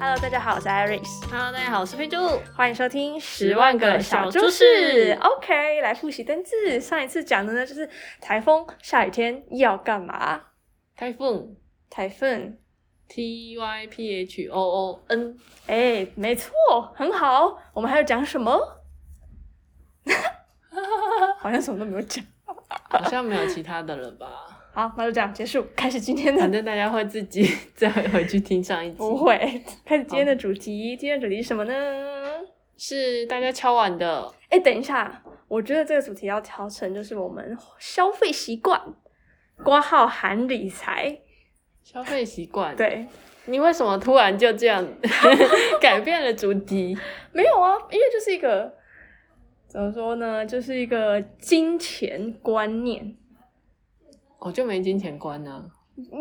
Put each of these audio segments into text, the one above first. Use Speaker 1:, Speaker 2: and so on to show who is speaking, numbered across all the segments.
Speaker 1: Hello，大家好，我是 Iris，
Speaker 2: Hello，大家好，我是佩珠。
Speaker 1: 欢迎收听《
Speaker 2: 10万个小猪事
Speaker 1: OK，来复习单字。上一次讲的呢，就是台风下雨天要干嘛？
Speaker 2: 台风
Speaker 1: 台风，
Speaker 2: T Y P H O O N，
Speaker 1: 哎、没错，很好。我们还要讲什 么？好像什么都没有讲。
Speaker 2: 好像没有其他的了吧？
Speaker 1: 好，那就这样结束，开始今天
Speaker 2: 反
Speaker 1: 的。
Speaker 2: 正大家会自己 再回去听上一集。
Speaker 1: 不，会，开始今天的主题。今天的主题是什么呢？
Speaker 2: 是大家敲碗的。
Speaker 1: 哎、等一下，我觉得这个主题要调成就是我们消费习惯，挂号含理财。
Speaker 2: 消费习惯，，
Speaker 1: 对，
Speaker 2: 你为什么突然就这样 改变了主题？
Speaker 1: 没有啊，因为就是一个怎么说呢，就是一个金钱观念。
Speaker 2: 我哦就没金钱观呢、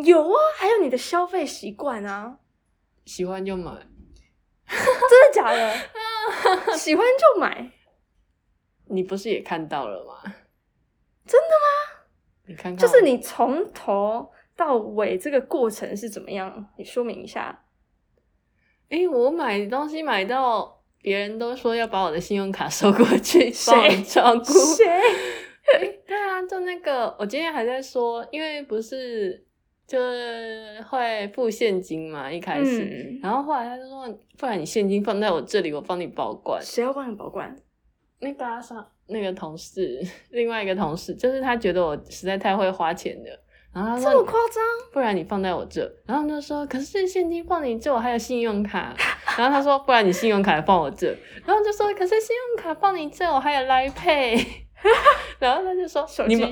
Speaker 1: 有啊，还有你的消费习惯啊，
Speaker 2: 喜欢就买，
Speaker 1: 真的假的？ 喜欢就买，
Speaker 2: 你不是也看到了吗？真的吗？你看看，
Speaker 1: 就是，你从头到尾这个过程是怎么样？你说明一下。
Speaker 2: 哎、我买东西买到别人都说要把我的信用卡收过去，帮我
Speaker 1: 谁
Speaker 2: 照顾，
Speaker 1: 谁？
Speaker 2: 对啊，就那个，我今天还在说，因为不是就是会付现金嘛，一开始，
Speaker 1: 嗯，
Speaker 2: 然后后来他就说，不然你现金放在我这里，我帮你保管。
Speaker 1: 谁要帮你保管？
Speaker 2: 那个阿上那个同事， 另外一个同事，就是他觉得我实在太会花钱了，然后他
Speaker 1: 这么
Speaker 2: 说，
Speaker 1: 夸张？
Speaker 2: 不然你放在我这，然后他就说，可是现金放你这，我还有信用卡，然后他说，不然你信用卡也放我这，然后我就说，可是信用卡放你这，我还有 Line Pay，然后他就说，
Speaker 1: 手
Speaker 2: 你
Speaker 1: 机
Speaker 2: 把，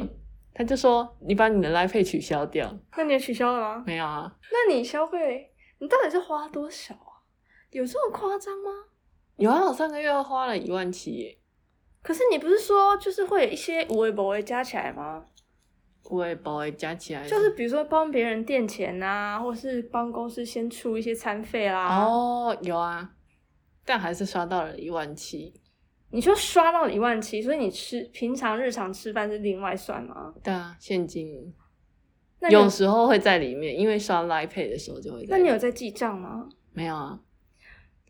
Speaker 2: 他就说你把你的 Line Pay 取消掉，
Speaker 1: 那你也取消了吗？
Speaker 2: 没有啊？
Speaker 1: 那你消费，你到底是花多少啊？有这么夸张吗？
Speaker 2: 有啊，我上个月花了一万七耶，
Speaker 1: 可是你不是说就是会有一些无微不微加起来吗？
Speaker 2: 我也包诶，加起来
Speaker 1: 就是比如说帮别人垫钱呐、或是帮公司先出一些餐费啦、
Speaker 2: 哦，有啊，但还是刷到了一万七。
Speaker 1: 你就刷到一万七，所以你吃平常日常吃饭是另外算吗？
Speaker 2: 对啊，现金
Speaker 1: 那你
Speaker 2: 有时候会在里面，因为刷 Line Pay 的时候就会在
Speaker 1: 那
Speaker 2: 里面。
Speaker 1: 你有在记账吗？
Speaker 2: 没有啊？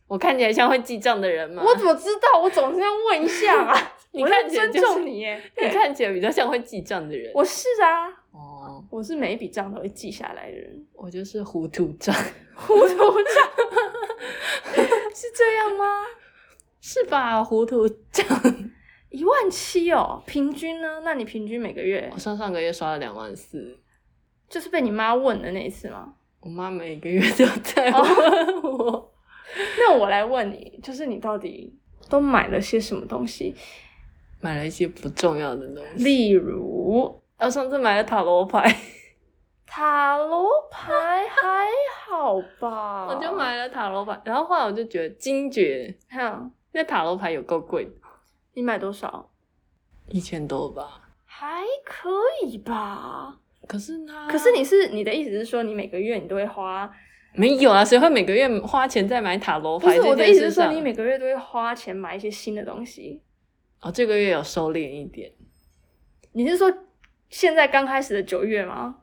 Speaker 2: 我看起来像会记账的人吗？
Speaker 1: 我怎么知道？我总是要问一下啊！
Speaker 2: 你
Speaker 1: 我
Speaker 2: 看
Speaker 1: 在
Speaker 2: 起来
Speaker 1: 尊
Speaker 2: 就是
Speaker 1: 重你耶，
Speaker 2: 你看起来比较像会记账的人。
Speaker 1: 我是啊，
Speaker 2: 哦，
Speaker 1: 我是每一笔账都会记下来的人。
Speaker 2: 我就是糊涂账，
Speaker 1: 糊涂账 是这样吗？
Speaker 2: 是吧？糊涂账。
Speaker 1: 一万七哦，平均呢？那你平均每个月
Speaker 2: 我上上个月刷了两万四，
Speaker 1: 就是被你妈问的那一次吗？
Speaker 2: 我妈每个月都在
Speaker 1: 哦
Speaker 2: 问我。
Speaker 1: 那我来问你，就是你到底都买了些什么东西？
Speaker 2: 买了一些不重要的东西，
Speaker 1: 例如
Speaker 2: 我上次买了塔罗牌，
Speaker 1: 塔罗牌，还好吧？
Speaker 2: 我就，买了塔罗牌，然后后来我就觉得惊觉，
Speaker 1: 哼，
Speaker 2: 那塔罗牌有够贵的，
Speaker 1: 你买多少？
Speaker 2: 一千多吧。
Speaker 1: 还可以吧。
Speaker 2: 可是呢，
Speaker 1: 可是你是你的意思是说，你每个月你都会花？
Speaker 2: 没有啊，谁会每个月花钱再买塔罗
Speaker 1: 不
Speaker 2: 牌
Speaker 1: 是
Speaker 2: 这件事上？
Speaker 1: 我的意思是说，你每个月都会花钱买一些新的东西。
Speaker 2: 哦，这个月有收敛一点。
Speaker 1: 你是说现在刚开始的九月吗？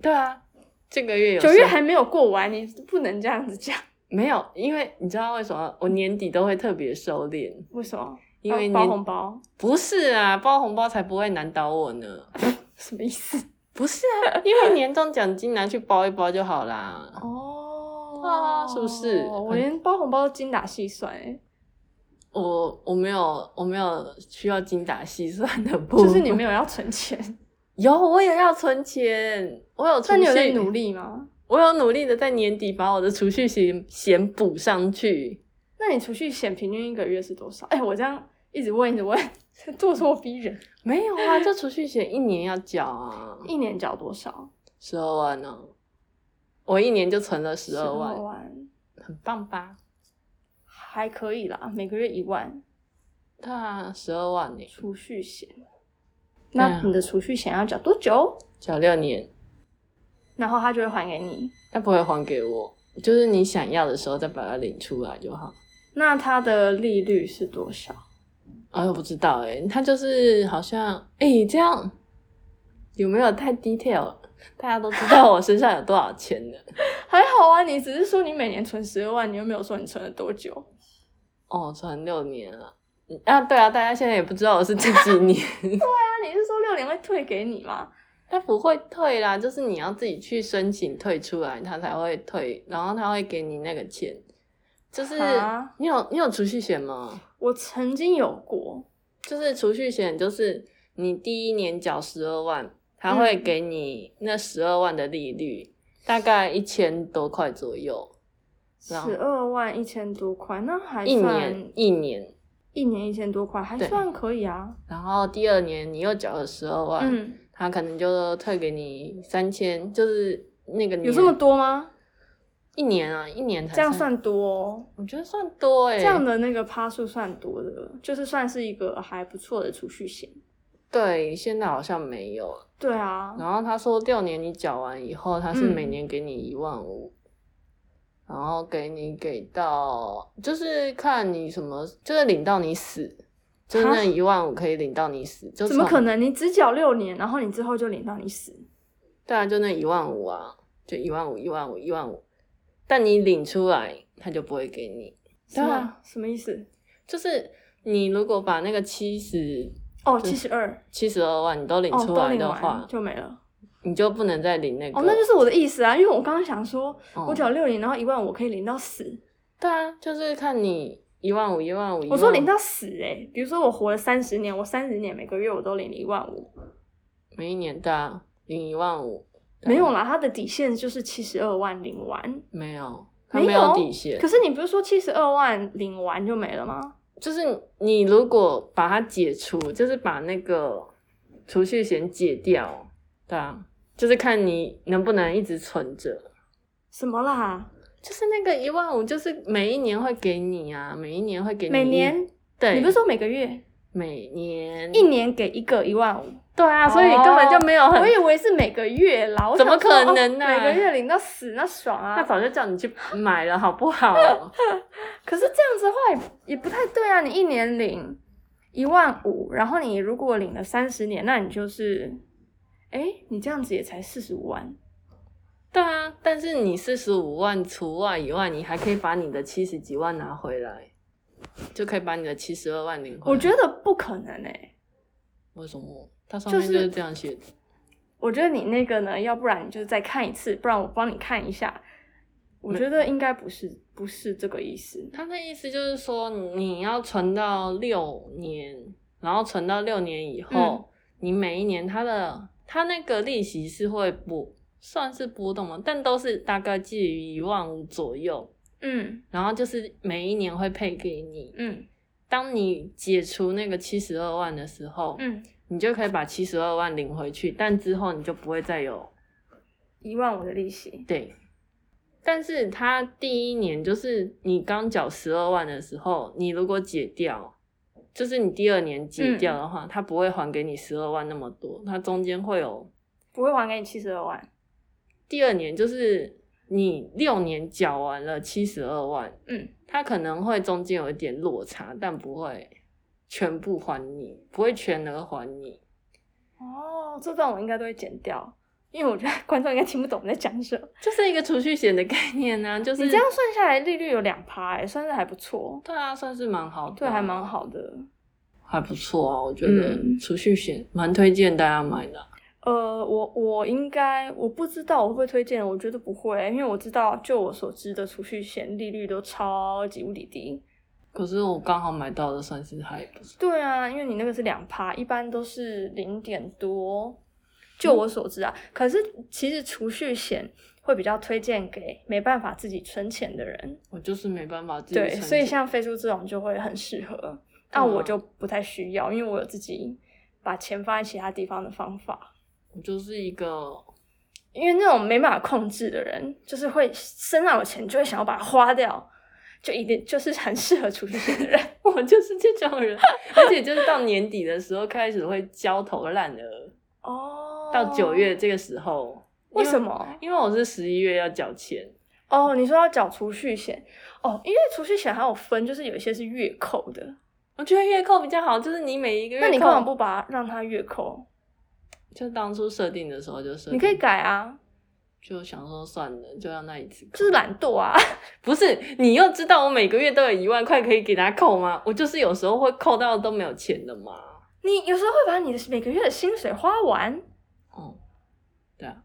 Speaker 2: 对啊，这个月有
Speaker 1: 九月
Speaker 2: 收
Speaker 1: 还没有过完，你不能这样子讲。
Speaker 2: 没有？因为你知道为什么我年底都会特别收敛？
Speaker 1: 为什么？
Speaker 2: 因为
Speaker 1: 要
Speaker 2: 年
Speaker 1: 包红包
Speaker 2: 不是啊，包红包才不会难倒我呢。
Speaker 1: 什么意思？
Speaker 2: 不是啊， 因为年终奖金拿去包一包就好啦。
Speaker 1: 哦
Speaker 2: 啊是不是
Speaker 1: 我
Speaker 2: 很
Speaker 1: 连包红包都精打细算、欸，
Speaker 2: 我我没有我没有需要精打细算的部分，
Speaker 1: 就是你没有要存 钱，
Speaker 2: 有我也要存钱，我有
Speaker 1: 那
Speaker 2: 存
Speaker 1: 你有在
Speaker 2: 蓄，
Speaker 1: 努力吗？
Speaker 2: 我有努力的在年底把我的储蓄险险补上去。
Speaker 1: 那你储蓄险平均一个月是多少？哎、我这样一直问一直问， 咄咄逼人。
Speaker 2: 没有啊，这储蓄险一年要缴啊，
Speaker 1: 一年缴多少？
Speaker 2: 十二万呢、我一年就存了十二
Speaker 1: 12
Speaker 2: 万，
Speaker 1: 万，
Speaker 2: 很棒吧？
Speaker 1: 还可以啦，每个月一万
Speaker 2: 对啊，十二万呢、
Speaker 1: 储蓄险。
Speaker 2: 对啊
Speaker 1: 那你的储蓄险要缴多久？
Speaker 2: 缴六年，
Speaker 1: 然后他就会还给你。
Speaker 2: 他不会还给我，就是你想要的时候再把它领出来就好。
Speaker 1: 那它的利率是多少？
Speaker 2: 哎、我不知道哎、他就是好像哎、这样有没有太 detail？了大家都知道我身上有多少钱了。
Speaker 1: 他还好啊，你只是说你每年存十二万，你又没有说你存了多久。
Speaker 2: 哦，存六年了。嗯啊，对啊，大家现在也不知道我是第几年，
Speaker 1: 那你是说六年会退给你吗？
Speaker 2: 他不会退啦，就是你要自己去申请退出来，他才会退，然后他会给你那个钱。就是
Speaker 1: 啊
Speaker 2: 你有你有储蓄险吗？
Speaker 1: 我曾经有过，
Speaker 2: 就是储蓄险，就是你第一年缴十二万，他
Speaker 1: 嗯
Speaker 2: 会给你那十二万的利率，大概一千多块左右，然后
Speaker 1: 十二万一千多块，那还
Speaker 2: 一
Speaker 1: 算
Speaker 2: 年一年。
Speaker 1: 一年一千多块，还
Speaker 2: 对
Speaker 1: 算可以啊。
Speaker 2: 然后第二年你又缴了十二万，
Speaker 1: 嗯，
Speaker 2: 他可能就退给你三千，就是那个
Speaker 1: 有
Speaker 2: 年
Speaker 1: 这么多吗？
Speaker 2: 一年啊，一年才
Speaker 1: 这样，算多哦，
Speaker 2: 我觉得算多哎、
Speaker 1: 这样的那个趴数算多的，就是算是一个还不错的储蓄险。
Speaker 2: 对，现在好像没有了。
Speaker 1: 对啊，
Speaker 2: 然后他说六年你缴完以后，他是
Speaker 1: 嗯
Speaker 2: 每年给你一万五、然后给你给到就是看你什么，就是领到你死，就是
Speaker 1: 哈
Speaker 2: 那一万五可以领到你死，就
Speaker 1: 怎么
Speaker 2: 从
Speaker 1: 可？能？你只缴六年，然后你之后就领到你死？
Speaker 2: 对啊，就那一万五啊，就一万五，一万五，一万五。但你领出来，他就不会给你。对
Speaker 1: 什
Speaker 2: 啊
Speaker 1: 么，什么意思？
Speaker 2: 就是你如果把那个七十
Speaker 1: 哦，七十二，
Speaker 2: 七十二万你都领
Speaker 1: 哦，
Speaker 2: 出
Speaker 1: 都
Speaker 2: 来
Speaker 1: 领
Speaker 2: 的话，
Speaker 1: 完就没了。
Speaker 2: 你就不能再领那个。
Speaker 1: 哦，那就是我的意思啊，因为我刚刚想说，
Speaker 2: 嗯
Speaker 1: 我缴六年，然后一万我可以领到死。
Speaker 2: 对啊，就是看你一万五、一万五。
Speaker 1: 我说领
Speaker 2: 到
Speaker 1: 到死哎、比如说我活了三十年，我三十年每个月我都领一万五，
Speaker 2: 每一年的、啊、领一万五，对啊
Speaker 1: 没有啦，它的底线就是七十二万领完。
Speaker 2: 没有，它
Speaker 1: 没有
Speaker 2: 没有底线
Speaker 1: 可。是你不是说七十二万领完就没了吗？
Speaker 2: 就是你如果把它解除，就是把那个储蓄险解掉，对啊，就是看你能不能一直存着。
Speaker 1: 什么啦？
Speaker 2: 就是那个一万五，就是每一年会给你啊，每一年会给你一。
Speaker 1: 每年？
Speaker 2: 对，
Speaker 1: 你不是说每个月
Speaker 2: 每年
Speaker 1: 一年给一个一万五？
Speaker 2: 对啊，所以根本就没有很
Speaker 1: 我以为是每个月啦，我
Speaker 2: 怎么
Speaker 1: 想说
Speaker 2: 可能啊
Speaker 1: 哦每个月领到死，那爽
Speaker 2: 那
Speaker 1: 啊！
Speaker 2: 早就叫你去买了，好不好？
Speaker 1: 可是这样子的话也也不太对啊，你一年领一万五，然后你如果领了三十年，那你就是，哎、你这样子也才四十五万。
Speaker 2: 对啊，但是你四十五万除外以外，你还可以把你的七十几万拿回来，就可以把你的七十二万领回来。
Speaker 1: 我觉得不可能哎、
Speaker 2: 为什么？它上面
Speaker 1: 就是
Speaker 2: 就是这样写的。
Speaker 1: 我觉得你那个呢，要不然你就再看一次，不然我帮你看一下。我觉得应该不是不是这个意思。
Speaker 2: 他的意思就是说，你要存到六年，然后存到六年以后，
Speaker 1: 嗯
Speaker 2: 你每一年它的它那个利息是会波，算是波动嘛，但都是大概介于一万五左右，
Speaker 1: 嗯
Speaker 2: 然后就是每一年会配给你。
Speaker 1: 嗯
Speaker 2: 当你解除那个七十二万的时候，
Speaker 1: 嗯，
Speaker 2: 你就可以把七十二万领回去，但之后你就不会再有
Speaker 1: 一万五的利息。
Speaker 2: 对。但是它第一年就是你刚缴十二万的时候，你如果解掉，就是你第二年
Speaker 1: 嗯
Speaker 2: 解掉的话，它不会还给你十二万那么多，它中间会有
Speaker 1: 不会还给你七十二万。
Speaker 2: 第二年就是你六年缴完了七十二万，
Speaker 1: 嗯，
Speaker 2: 它可能会中间有一点落差，但不会全部还你，不会全额还你。
Speaker 1: 哦，这段我应该都会剪掉，因为我觉得观众应该听不懂我们在讲什么。
Speaker 2: 就是一个储蓄险的概念呢、啊，就是
Speaker 1: 你这样算下来，利率有两趴，哎，算是还不错，
Speaker 2: 对啊，算是蛮好的，
Speaker 1: 对，还蛮，好的。
Speaker 2: 还不错啊，我觉得
Speaker 1: 嗯
Speaker 2: 储蓄险蛮推荐大家买的啊。
Speaker 1: 呃，我我应该我不知道我会不会推荐，我觉得不会，因为我知道就我所知的储蓄险利率都超级无敌低。
Speaker 2: 可是我刚好买到的，算是还不错。
Speaker 1: 对啊，因为你那个是两趴，一般都是零点多，就我所知啊。可是其实储蓄险会比较推荐给没办法自己存钱的人，
Speaker 2: 我就是没办法自己
Speaker 1: 对，
Speaker 2: 存
Speaker 1: 所以
Speaker 2: 钱
Speaker 1: 像飞猪这种就会很适合。那、
Speaker 2: 嗯啊
Speaker 1: 我就不太需要，因为我有自己把钱放在其他地方的方法。
Speaker 2: 我就是一个
Speaker 1: 因为那种没办法控制的人，就是会身上有钱就会想要把它花掉，就一定就是很适合储蓄险 的人。
Speaker 2: 我就是这种人， 而且就是到年底的时候开始会焦头烂额，
Speaker 1: 哦
Speaker 2: 到九月这个时候，
Speaker 1: 为
Speaker 2: 因
Speaker 1: 什？么？
Speaker 2: 因为我是十一月要缴钱，
Speaker 1: 哦，你说要缴储蓄险哦，因为储蓄险还有分，就是有一些是月扣的，
Speaker 2: 我觉得月扣比较好，就是你每一个月扣，
Speaker 1: 那你干嘛不把它让它月扣？
Speaker 2: 就当初设定的时候就设定，
Speaker 1: 你可以改啊，
Speaker 2: 就想说算了，就让那一次扣。
Speaker 1: 就是懒惰啊。
Speaker 2: 不是你又知道我每个月都有一万块可以给他扣吗？我就是有时候会扣到都没有钱的嘛。
Speaker 1: 你有时候会把你的每个月的薪水花完，
Speaker 2: 哦，对啊，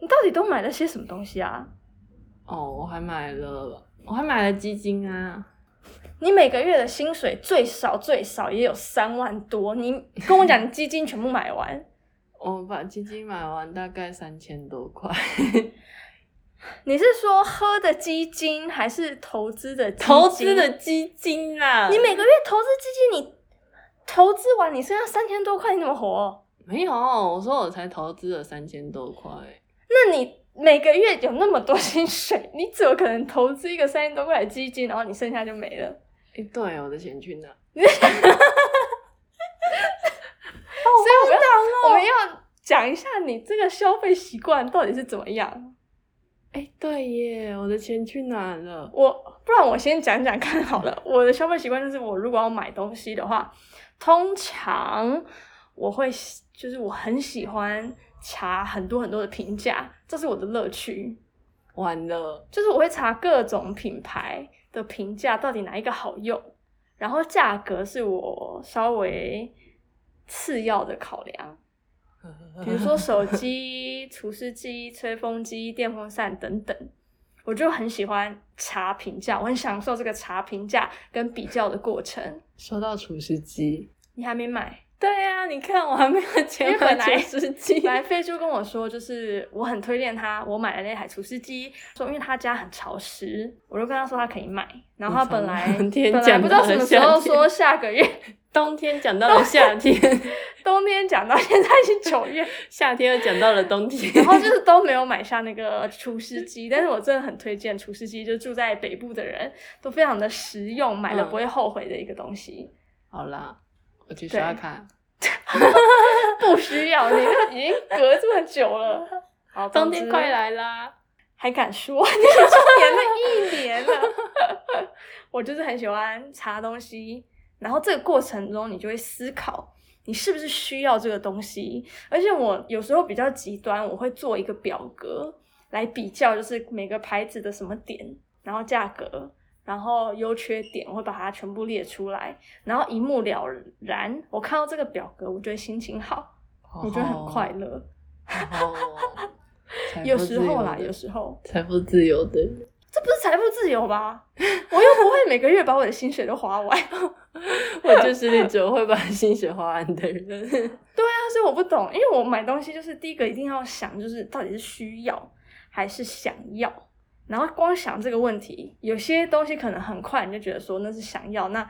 Speaker 1: 你到底都买了些什么东西啊？
Speaker 2: 哦，我还买了，我还买了基金啊。
Speaker 1: 你每个月的薪水最少最少也有三万多，你跟我讲你基金全部买完，
Speaker 2: 我把基金买完大概三千多块，
Speaker 1: 你是说喝的基金还是投资的基金？
Speaker 2: 投资的基金啦、啊。
Speaker 1: 你每个月投资基金，你投资完你剩下三千多块，你怎么活？
Speaker 2: 没有？我说我才投资了三千多块，
Speaker 1: 那你每个月有那么多薪水，你怎么可能投资一个三千多块的基金，然后你剩下就没了？
Speaker 2: 哎，对，我的钱去哪？哦
Speaker 1: 所以我们要我们要讲一下你这个消费习惯到底是怎么样。
Speaker 2: 哎，对耶，我的钱去哪了？
Speaker 1: 我不然我先讲讲看好了。 我的消费习惯就是，我如果要买东西的话，通常我会喜就是我很喜欢查很多很多的评价，这是我的乐趣。
Speaker 2: 完了，
Speaker 1: 就是我会查各种品牌的评价，到底哪一个好用，然后价格是我稍微次要的考量， 比如说手机、除湿机、吹风机、电风扇等等。我就很喜欢查评价，我很享受这个查评价跟比较的过程。
Speaker 2: 说到厨师机，
Speaker 1: 你还没买？
Speaker 2: 对啊，你看我还没有
Speaker 1: 因
Speaker 2: 钱
Speaker 1: 为本
Speaker 2: 买
Speaker 1: 来
Speaker 2: 厨师机，
Speaker 1: 本来飞猪跟我说，就是我很推荐他，我买了那台除湿机，说因为他家很潮湿，我就跟他说他可以买。然后他本来
Speaker 2: 你从 天
Speaker 1: 本来
Speaker 2: 讲
Speaker 1: 不知道
Speaker 2: 到
Speaker 1: 什
Speaker 2: 了
Speaker 1: 么时候
Speaker 2: 夏天
Speaker 1: 说下个月
Speaker 2: 冬天讲到了夏天，
Speaker 1: 冬天讲到现在是九月，
Speaker 2: 夏天又讲到了冬天，
Speaker 1: 然后就是都没有买下那个除湿机，但是我真的很推荐除湿机，就住在北部的人都非常的实用，买了
Speaker 2: 嗯
Speaker 1: 不会后悔的一个东西。
Speaker 2: 好啦，我去刷卡。
Speaker 1: 不需要，你那已经隔这么久了，好，
Speaker 2: 冬天快
Speaker 1: 来。
Speaker 2: 来啦！
Speaker 1: 还敢说？ 你已经演了一年啊了。 我就是很喜欢查东西，然后这个过程中你就会思考你是不是需要这个东西。而且我有时候比较极端，我会做一个表格来比较，就是每个牌子的什么点，然后价格，然后优缺点，我会把它全部列出来，然后一目了然。我看到这个表格，我就会心情好，我觉得很快乐。
Speaker 2: 哦。
Speaker 1: 有时候啦，有时候。
Speaker 2: 财富自由的，
Speaker 1: 这不是财富自由吧？ 我又不会每个月把我的薪水都花完，
Speaker 2: 我就是那 种会把心血花完的人。
Speaker 1: 但啊是我不懂，因为我买东西就是第一个一定要想，就是到底是需要还是想要。然后光想这个问题，有些东西可能很快你就觉得说那是想要，那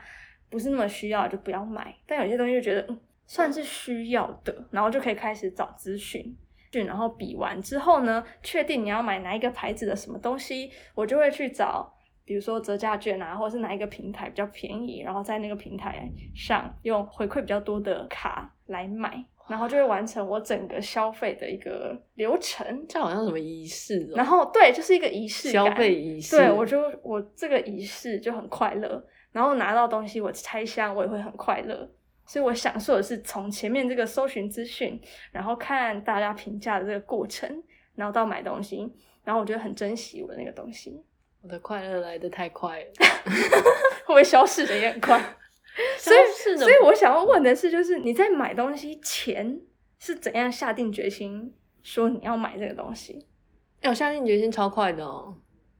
Speaker 1: 不是那么需要就不要买。但有些东西就觉得嗯算是需要的，然后就可以开始找资讯。去然后比完之后呢，确定你要买哪一个牌子的什么东西，我就会去找，比如说折价券啊，或者是哪一个平台比较便宜，然后在那个平台上用回馈比较多的卡来买，然后就会完成我整个消费的一个流程。
Speaker 2: 这好像什么仪式
Speaker 1: 然
Speaker 2: 哦，
Speaker 1: 后对，就是一个仪式感
Speaker 2: 消费仪式。
Speaker 1: 对我就我这个仪式就很快乐，然后拿到东西我拆箱我也会很快乐，所以我享受的是从前面这个搜寻资讯，然后看大家评价的这个过程，然后到买东西，然后我觉得很珍惜我的那个东西，
Speaker 2: 我的快乐来的太快了，
Speaker 1: 会不会消逝的也很 快？ 所以
Speaker 2: 是的，
Speaker 1: 所以我想要问的是，就是你在买东西前是怎样下定决心说你要买这个东西？
Speaker 2: 哎我下定决心超快的哦，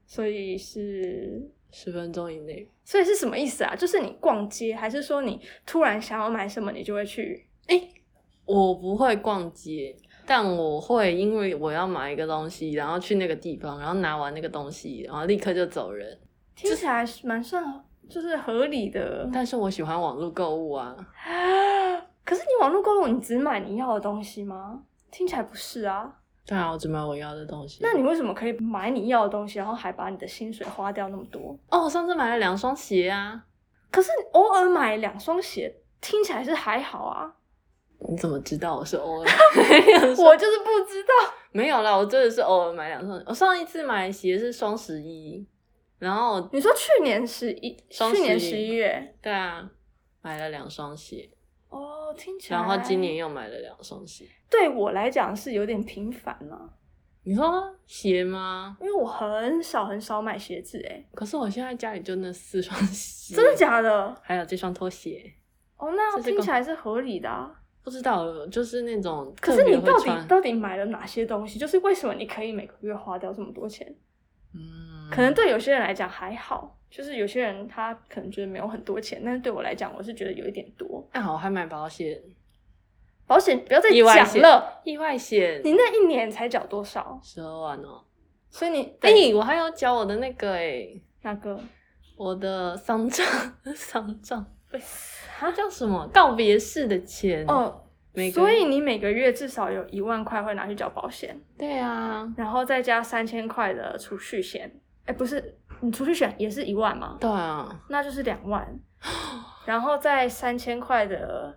Speaker 1: 所以是
Speaker 2: 十分钟以内。
Speaker 1: 所以是什么意思啊？就是你逛街，还是说你突然想要买什么，你就会去？
Speaker 2: 我不会逛街，但我会因为我要买一个东西，然后去那个地方，然后拿完那个东西，然后立刻就走人。
Speaker 1: 听起来蛮算就是合理的。
Speaker 2: 但是我喜欢网络购物啊，
Speaker 1: 可是你网络购物，你只买你要的东西吗？听起来不是啊。
Speaker 2: 对啊，我只买我要的东西。
Speaker 1: 那你为什么可以买你要的东西，然后还把你的薪水花掉那么多？
Speaker 2: 哦，我上次买了两双鞋啊，
Speaker 1: 可是你偶尔买两双鞋，听起来是还好啊。
Speaker 2: 你怎么知道我是偶尔？
Speaker 1: 我就是不知道。
Speaker 2: 没有啦，我真的是偶尔买两双。我上一次买鞋是双十一，然后
Speaker 1: 你说去年十一，
Speaker 2: 双十
Speaker 1: 去
Speaker 2: 一
Speaker 1: 年十一月，
Speaker 2: 对啊，买了两双鞋，
Speaker 1: 哦，听起来。
Speaker 2: 然后今年又买了两双鞋。
Speaker 1: 对我来讲是有点频繁了、
Speaker 2: 哎你说鞋吗？
Speaker 1: 因为我很少很少买鞋子、欸，哎，
Speaker 2: 可是我现在家里就那四双 鞋，
Speaker 1: 真的假的？
Speaker 2: 还有这双拖鞋，
Speaker 1: 哦，那
Speaker 2: 嗯这是
Speaker 1: 听
Speaker 2: 个
Speaker 1: 起来是合理的、啊。
Speaker 2: 不知道，就是那种
Speaker 1: 可
Speaker 2: 特
Speaker 1: 是
Speaker 2: 别
Speaker 1: 你
Speaker 2: 会
Speaker 1: 到底
Speaker 2: 穿
Speaker 1: 到底买了哪些东西？就是为什么你可以每个月花掉这么多钱？
Speaker 2: 嗯，
Speaker 1: 可能对有些人来讲还好，就是有些人他可能觉得没有很多钱，但是对我来讲，我是觉得有一点多。
Speaker 2: 哎那好，我还买保险，
Speaker 1: 保险不要再
Speaker 2: 意外
Speaker 1: 讲
Speaker 2: 险
Speaker 1: 了，
Speaker 2: 意外险
Speaker 1: 你那一年才缴多少？
Speaker 2: 十二万哦。
Speaker 1: 所以你
Speaker 2: 哎、
Speaker 1: 哎、
Speaker 2: 我还要缴我的那个哎、
Speaker 1: 那个
Speaker 2: 我的丧葬 丧葬
Speaker 1: 哎
Speaker 2: 它叫什么告别式的钱
Speaker 1: 哦，
Speaker 2: 每个
Speaker 1: 所以你每个月至少有一万块会拿去缴保险，
Speaker 2: 对啊，
Speaker 1: 然后再加三千块的储蓄险。哎、不是，你储蓄险也是一万吗？
Speaker 2: 对啊，
Speaker 1: 那就是两万，然后再三千块的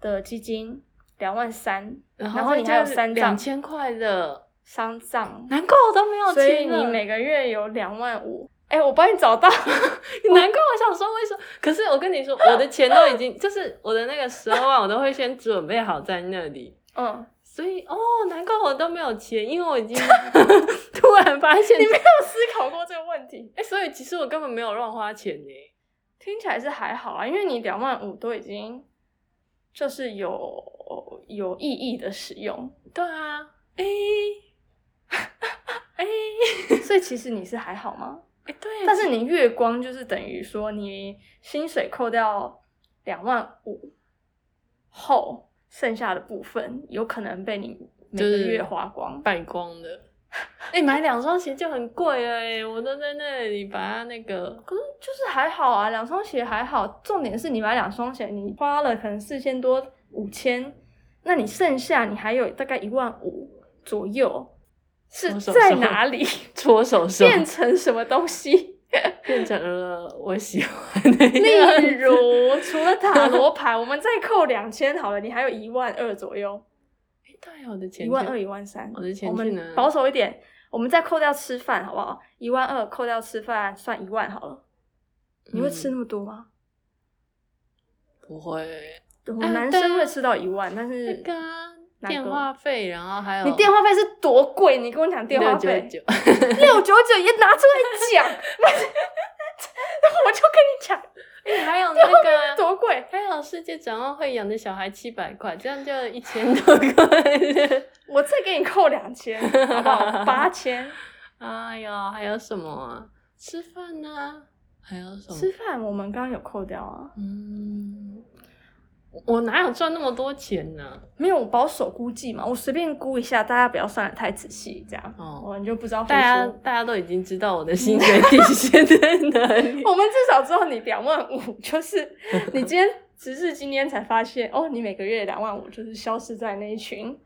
Speaker 1: 的基金，两万三，
Speaker 2: 然
Speaker 1: 然后你还有三
Speaker 2: 两
Speaker 1: 张
Speaker 2: 千块的，
Speaker 1: 丧葬，
Speaker 2: 难怪我都没有
Speaker 1: 所以
Speaker 2: 钱了
Speaker 1: 你每个月有两万五。哎、我帮你找到，
Speaker 2: 难怪我想说为什么？可是我跟你说，我的钱都已经就是我的那个十二万，我都会先准备好在那里。
Speaker 1: 嗯，
Speaker 2: 所以哦，难怪我都没有钱，因为我 已经突然发现
Speaker 1: 你，没有思考过这个问题，
Speaker 2: 哎、所以其实我根本没有乱花钱呢。
Speaker 1: 听起来是还好啊，因为你两万五都已经就是有有意义的使用，
Speaker 2: 对啊，哎、
Speaker 1: 所以其实你是还好吗？
Speaker 2: 哎、对，
Speaker 1: 但是你月光就是等于说你薪水扣掉两万五后，剩下的部分有可能被你每个
Speaker 2: 就是
Speaker 1: 月花光。
Speaker 2: 败光的。哎、买两双鞋就很贵了哎，我都在那里把它那个，
Speaker 1: 可是就是还好啊，两双鞋还好。重点是你买两双鞋，你花了可能四千多、五千，那你剩下你还有大概一万五左右，是
Speaker 2: 我手
Speaker 1: 在
Speaker 2: 上
Speaker 1: 哪里
Speaker 2: 搓手手
Speaker 1: 变成什么东 西？
Speaker 2: 变成了我喜欢的样子
Speaker 1: 例 如，除了塔罗牌，我们再扣两千好了，你还有一万二左右，
Speaker 2: 哎对，我的钱
Speaker 1: 一万
Speaker 2: 去
Speaker 1: 二、一万三。
Speaker 2: 我的钱
Speaker 1: 我
Speaker 2: 去哪
Speaker 1: 们保守一点，我们再扣掉吃饭好不好？一万二扣掉吃饭，算一万好了。你会吃
Speaker 2: 嗯
Speaker 1: 那么多吗？
Speaker 2: 不会，
Speaker 1: 我
Speaker 2: 啊
Speaker 1: 们男
Speaker 2: 对
Speaker 1: 生
Speaker 2: 啊
Speaker 1: 会吃到一万，但
Speaker 2: 那
Speaker 1: 是
Speaker 2: 个啊
Speaker 1: 哪
Speaker 2: 电
Speaker 1: 个
Speaker 2: 话费，然后还有
Speaker 1: 你电话费是多贵？你跟我讲电话费
Speaker 2: 699
Speaker 1: 六九九也拿出来讲， 我就跟你讲
Speaker 2: 哎还有那个啊。
Speaker 1: 多贵。
Speaker 2: 还有世界展望会养的小孩七百块，这样就一千多块。
Speaker 1: 我再给你扣两千，好不好？八千。
Speaker 2: 哎呦，还有什么啊？吃饭呢、还有什么？
Speaker 1: 吃饭我们刚刚有扣掉啊，
Speaker 2: 嗯，我我哪有赚那么多钱呢、
Speaker 1: 没有我保守估计嘛，我随便估一下，大家不要算的太仔细，这样
Speaker 2: 哦
Speaker 1: 我们就不知道。
Speaker 2: 大家大家都已经知道我的薪水底线在哪里。
Speaker 1: 我们至少知道你两万五， 就是你今天只是今天才发现哦，你每个月两万五就是消失在那一 群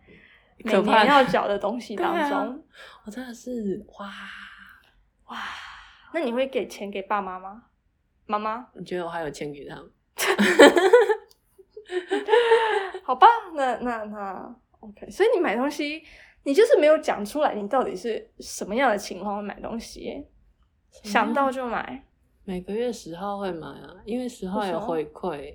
Speaker 1: 每
Speaker 2: 可怕
Speaker 1: 年要缴的东西当
Speaker 2: 对啊
Speaker 1: 中。
Speaker 2: 我真的是哇！
Speaker 1: 哇，那你会给钱给爸妈吗？妈妈，
Speaker 2: 你觉得我还有钱给他们？
Speaker 1: 好吧，那那那 OK。所以你买东西，你就是没有讲出来，你到底是什么样的情况会买东西耶、想到就买，
Speaker 2: 每个月十号会买啊，因为十号
Speaker 1: 为什
Speaker 2: 有
Speaker 1: 么
Speaker 2: 回馈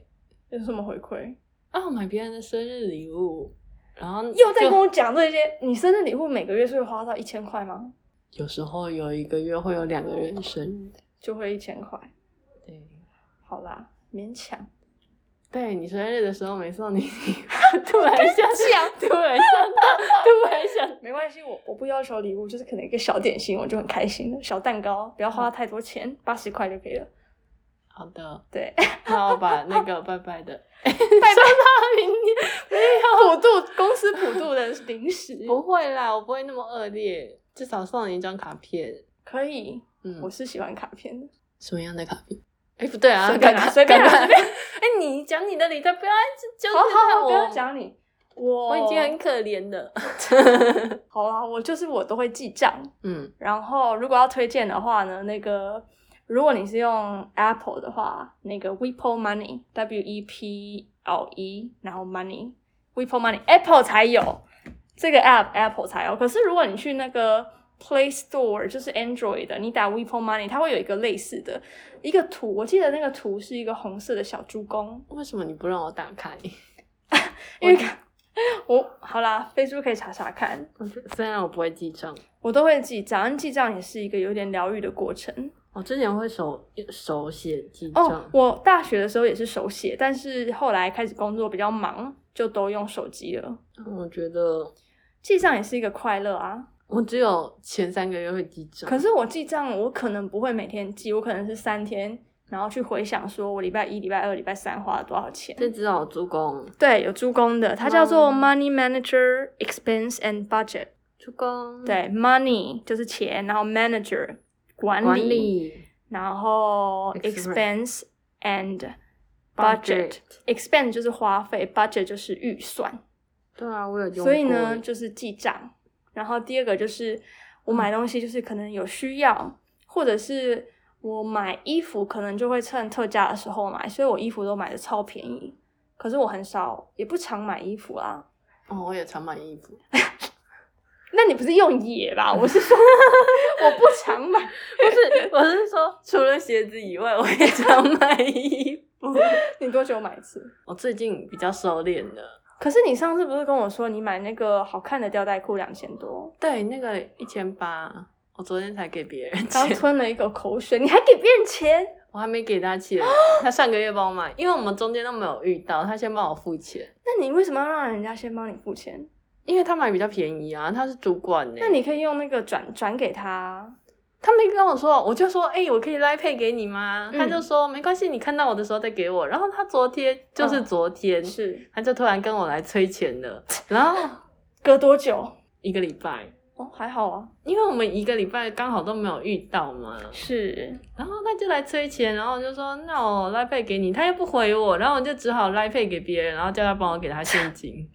Speaker 1: 有什么回馈？
Speaker 2: 啊，我买别人的生日礼物，然后
Speaker 1: 又在
Speaker 2: 就
Speaker 1: 跟我讲这些。你生日礼物每个月是会花到一千块吗？
Speaker 2: 有时候有一个月会有两个人生日，
Speaker 1: 就会一千块，
Speaker 2: 对，
Speaker 1: 好啦，勉强。
Speaker 2: 对你生日的时候没送 你，突然想
Speaker 1: 讲
Speaker 2: 突然想到，突然想，
Speaker 1: 没关系，我我不要求礼物，就是可能一个小点心，我就很开心了。小蛋糕，不要花
Speaker 2: 嗯
Speaker 1: 太多钱，八十块就可以了。
Speaker 2: 好的，
Speaker 1: 对，
Speaker 2: 那我把那个拜拜的，
Speaker 1: 拜拜他明天没有普渡公司普渡的零食，
Speaker 2: 不会啦，我不会那么恶劣，至少送你一张卡片，
Speaker 1: 可以，
Speaker 2: 嗯
Speaker 1: 我，是喜欢卡片的，
Speaker 2: 什么样的卡片？哎，不对啊，
Speaker 1: 随便
Speaker 2: 赶
Speaker 1: 啦，
Speaker 2: 快
Speaker 1: 随便啦，
Speaker 2: 赶快
Speaker 1: 随便。
Speaker 2: 哎，你讲你的理财，不要一直纠
Speaker 1: 好好
Speaker 2: 结
Speaker 1: 好，不
Speaker 2: 我
Speaker 1: 要，讲你，我
Speaker 2: 我已经很可怜了，
Speaker 1: 好啦，我就是我都会记账，
Speaker 2: 嗯。
Speaker 1: 然后如果要推荐的话呢，那个如果你是用 Apple 的话，那个 Weepo Money W E P L E，然后 Money Weepo Money Apple 才有这个 App Apple 才有。可是如果你去那个 Play Store，就是 Android 的，你打 Weepo Money，它会有一个类似的一个图，我记得那个图是一个红色的小猪公，
Speaker 2: 为什么你不让我打开？
Speaker 1: 因为
Speaker 2: 我
Speaker 1: 我好啦，Facebook 可以查查看，
Speaker 2: 我觉得虽然我不会记账，
Speaker 1: 我都会记账，记账也是一个有点疗愈的过程。
Speaker 2: 我之前会手手写记账。
Speaker 1: 哦，我大学的时候也是手写，但是后来开始工作比较忙，就都用手机了。
Speaker 2: 我觉得
Speaker 1: 记账也是一个快乐啊。
Speaker 2: 我只有前三个月会记账，
Speaker 1: 可是我记账，我可能不会每天记，我可能是三天，然后去回想，说我礼拜一、礼拜二、礼拜三花了多少钱。
Speaker 2: 这哦只好助攻，
Speaker 1: 对，有助攻的，它叫做
Speaker 2: 哦
Speaker 1: Money Manager Expense and Budget。
Speaker 2: 助攻，
Speaker 1: 对，Money 就是钱，然后 Manager 管理，
Speaker 2: 管理
Speaker 1: 然后
Speaker 2: Expense
Speaker 1: Expense and Budget。Expense 就是花费，Budget 就是预算。
Speaker 2: 对啊，我有用过。嗯
Speaker 1: 所以呢，就是记账。然后第二个就是我买东西，就是可能有需要，或者是我买衣服，可能就会趁特价的时候买，所以我衣服都买的超便宜。可是我很少，也不常买衣服啦。
Speaker 2: 哦，我也常买衣服，
Speaker 1: 那你不是用也吧？我是 说，我不常买。
Speaker 2: 不是，我是说除了鞋子以外，我也常买衣服。
Speaker 1: 你多久买一次？
Speaker 2: 我最近比较收敛了，
Speaker 1: 可是你上次不是跟我说你买那个好看的吊带裤两千多，
Speaker 2: 对，那个一千八，我昨天才给别人
Speaker 1: 刚
Speaker 2: 钱，
Speaker 1: 吞了一口口水，你还给别人钱？
Speaker 2: 我还没给他 钱，他上个月帮我买，因为我们中间都没有遇到，他先帮我付钱，
Speaker 1: 那你为什么要让人家先帮你付钱？
Speaker 2: 因为他买比较便宜啊，他是主管呢、
Speaker 1: 那你可以用那个转转给他啊。
Speaker 2: 他没跟我说，我就说，哎、我可以来配给你吗？
Speaker 1: 嗯
Speaker 2: 他就说没关系，你看到我的时候再给我。然后他昨天就是昨天，
Speaker 1: 嗯是
Speaker 2: 他就突然跟我来催 钱了，然后
Speaker 1: 隔多久？
Speaker 2: 一个礼拜，
Speaker 1: 哦，还好啊。
Speaker 2: 因为我们一个礼拜刚好都没有遇到嘛，
Speaker 1: 是，
Speaker 2: 然后他就来催钱，然后我就说那我来配给你，他又不回我，然后我就只好来配给别人，然后叫他帮我给他现金。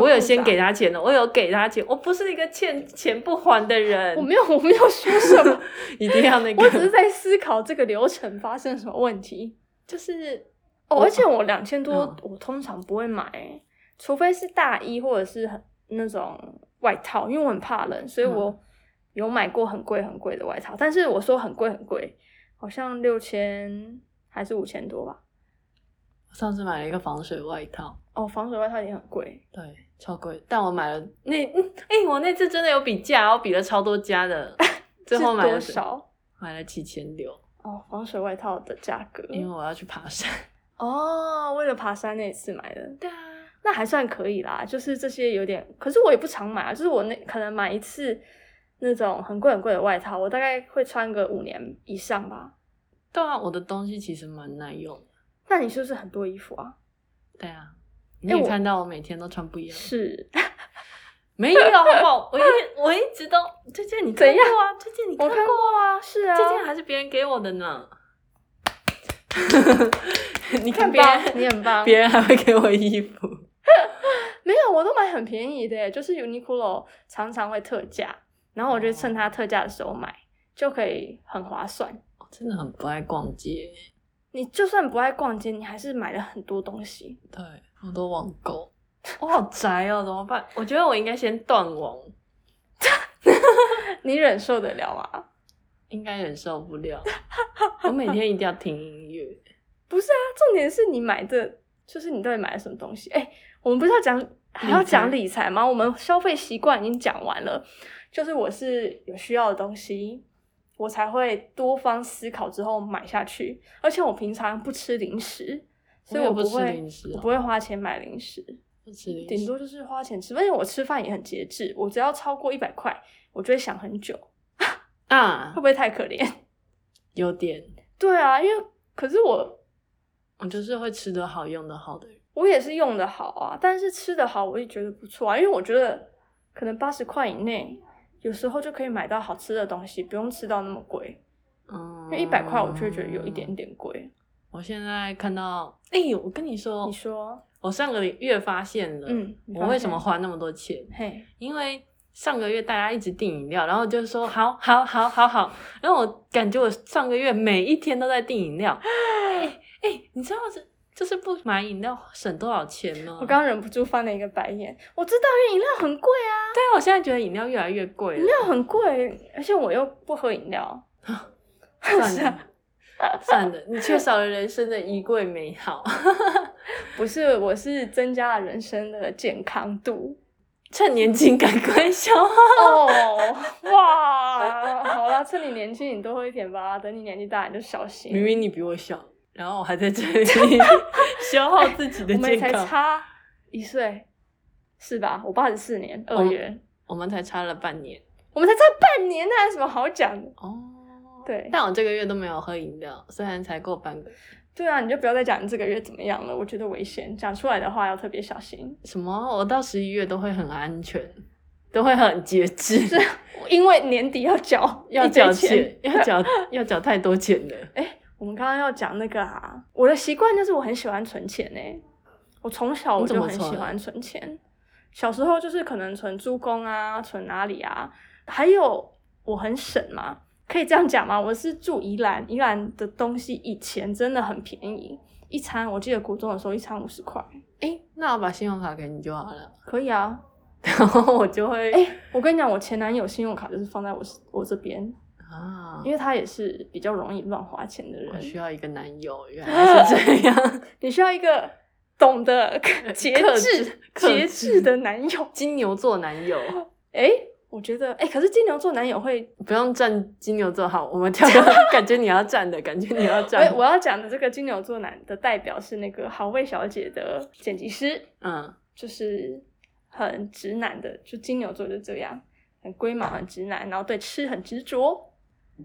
Speaker 2: 我有先给
Speaker 1: 他，
Speaker 2: 他钱的，我有给他钱，我不是一个欠钱不还的人
Speaker 1: 我，没有，我没有说什 么，
Speaker 2: 一定要那
Speaker 1: 我只是
Speaker 2: 个，
Speaker 1: 在思考这个流程发生什么问题。
Speaker 2: 就是
Speaker 1: 哦，
Speaker 2: 我
Speaker 1: 而且我两千多
Speaker 2: 嗯，
Speaker 1: 我通常不会买、除非是大衣或者是很那种外套，因为我很怕冷，
Speaker 2: 嗯
Speaker 1: 所以我有买过很贵很贵的外套。但是我说很贵很贵，好像六千还是五千多吧。
Speaker 2: 我上次买了一个防水外套。
Speaker 1: 哦，防水外套也很贵，
Speaker 2: 对，超贵。但我买了那，嗯哎、我那次真的有比价，我比了超多家的，最后
Speaker 1: 是
Speaker 2: 买
Speaker 1: 多
Speaker 2: 了
Speaker 1: 少？
Speaker 2: 买了七千六，
Speaker 1: 哦，防水外套的价格，
Speaker 2: 因为我要去爬山。
Speaker 1: 哦，为了爬山那一次买的，
Speaker 2: 对啊，
Speaker 1: 那还算可以啦。就是这些有点，可是我也不常买啊。就是我那可能买一次那种很贵很贵的外套，我大概会穿个五年以上吧。
Speaker 2: 对啊，我的东西其实蛮耐用的。
Speaker 1: 那你是不是很多衣服啊？
Speaker 2: 对啊，你也
Speaker 1: 我
Speaker 2: 看到我每天都穿不一 样。
Speaker 1: 是，
Speaker 2: 没有，好不好？ 我一我一直都这件你看
Speaker 1: 怎
Speaker 2: 过
Speaker 1: 样
Speaker 2: 啊，这件你
Speaker 1: 我
Speaker 2: 看
Speaker 1: 看
Speaker 2: 过。
Speaker 1: 过啊，是啊。
Speaker 2: 这件还是别人给我 的呢，你看
Speaker 1: 很
Speaker 2: 别
Speaker 1: 棒，
Speaker 2: 人，
Speaker 1: 你很棒。
Speaker 2: 别人还会给我衣服，
Speaker 1: 没有，我都买很便宜的耶，欸就是 Uniqlo 常常会特价，然后我就
Speaker 2: 哦
Speaker 1: 趁它特价的时候买，就可以很划算。
Speaker 2: 我真的很不爱逛街，
Speaker 1: 你就算不爱逛街，你还是买了很多东西。
Speaker 2: 对，我都网购，我好宅哦，怎么办？我觉得我应该先断网，
Speaker 1: 你忍受得了吗？
Speaker 2: 应该忍受不了。我每天一定要听音乐，
Speaker 1: 不是啊，重点是你买的，就是你到底买了什么东西？哎、我们不是要讲还要讲理财吗？我们消费习惯已经讲完了，就是我是有需要的东西，我才会多方思考之后买下去。而且我平常不吃零食，所以
Speaker 2: 我也
Speaker 1: 不
Speaker 2: 不吃
Speaker 1: 会
Speaker 2: 零食啊
Speaker 1: 我不会花钱买零食，
Speaker 2: 不止零
Speaker 1: 顶
Speaker 2: 食
Speaker 1: 多就是花钱吃。而且我吃饭也很节制，我只要超过一百块，我就会想很久，会
Speaker 2: 啊
Speaker 1: 不，会太可怜？
Speaker 2: 有点，
Speaker 1: 对啊，因为可是我
Speaker 2: 我就是会吃得好、用得好的人。
Speaker 1: 我也是用的好啊，但是吃的好我也觉得不错啊，因为我觉得可能八十块以内，有时候就可以买到好吃的东西，不用吃到那么贵。
Speaker 2: 嗯
Speaker 1: 因为一百块我就会觉得有一点。点贵。
Speaker 2: 我现在看到，哎、我跟你说
Speaker 1: 你，说，
Speaker 2: 我上个月发现了，
Speaker 1: 嗯，你
Speaker 2: 我
Speaker 1: 发
Speaker 2: 为
Speaker 1: 现
Speaker 2: 什么？嗯花那么多钱？
Speaker 1: 嘿，
Speaker 2: 因为上个月大家一直订饮料，然后我就说好好好好好，然后我感觉我上个月每一天都在订饮料。哎、你知道是就是不买饮料省多少钱吗？
Speaker 1: 我刚刚忍不住翻了一个白眼。我知道，因为饮料很贵啊，
Speaker 2: 对啊，我现在觉得饮料越 来越贵
Speaker 1: 饮
Speaker 2: 了，
Speaker 1: 料很贵，而且我又不喝饮料。
Speaker 2: 算了。算了，你缺少了人生的衣柜美好。
Speaker 1: 不是，我是增加了人生的健康 度。
Speaker 2: 趁年轻赶快消 耗。
Speaker 1: 哦，哇，好啦，趁你年轻你多喝一点吧，等你年纪大你就小心。
Speaker 2: 明明你比我小，然后我还在这里消耗自己的
Speaker 1: 我们
Speaker 2: 健
Speaker 1: 才
Speaker 2: 康。
Speaker 1: 差一岁，是吧？我八十四年
Speaker 2: 我
Speaker 1: 二
Speaker 2: 们
Speaker 1: 月，
Speaker 2: 我们才差了半年
Speaker 1: 我们才差半年，那有什么好讲的？
Speaker 2: 哦。
Speaker 1: 对
Speaker 2: 但我这个月都没有喝饮料，虽然才过半个
Speaker 1: 对啊，你就不要再讲你这个月怎么样了，我觉得危险，讲出来的话要特别小心，
Speaker 2: 什么，我到十一月都会很安全，都会很节制，
Speaker 1: 因为年底要缴
Speaker 2: 要
Speaker 1: 啊一堆
Speaker 2: 缴
Speaker 1: 钱。
Speaker 2: 钱，要缴要缴太多钱了。
Speaker 1: 我们刚刚要讲那个啊，我的习惯就是我很喜欢存钱呢、我从小我
Speaker 2: 你怎
Speaker 1: 就
Speaker 2: 么
Speaker 1: 很喜欢存钱，小时候就是可能存珠公啊，存哪里啊，还有我很省嘛，可以这样讲吗？我是住宜兰，宜兰的东西以前真的很便宜，一餐我记得国中的时候一餐五十块，
Speaker 2: 哎、那我把信用卡给你就好了，
Speaker 1: 可以啊。
Speaker 2: 然后我就会、
Speaker 1: 哎、我跟你讲，我前男友信用卡就是放在我我这边，
Speaker 2: 啊，
Speaker 1: 因为他也是比较容易乱花钱的
Speaker 2: 我
Speaker 1: 人。
Speaker 2: 需要一个男友，原来是这样，
Speaker 1: 你需要一个懂得 节
Speaker 2: 克
Speaker 1: 制
Speaker 2: 制、克
Speaker 1: 节制
Speaker 2: 制
Speaker 1: 的男友。
Speaker 2: 金牛座男友，
Speaker 1: 哎，我觉得，哎，可是金牛座男友会，
Speaker 2: 不用站金牛座好，我们跳到 感觉你要站的，感觉你要站
Speaker 1: 哎我，我要讲的这个金牛座男的代表是那个好味小姐的剪辑师，
Speaker 2: 嗯，
Speaker 1: 就是很直男的，就金牛座就这样，很龟毛、很直男，然后对吃很执着。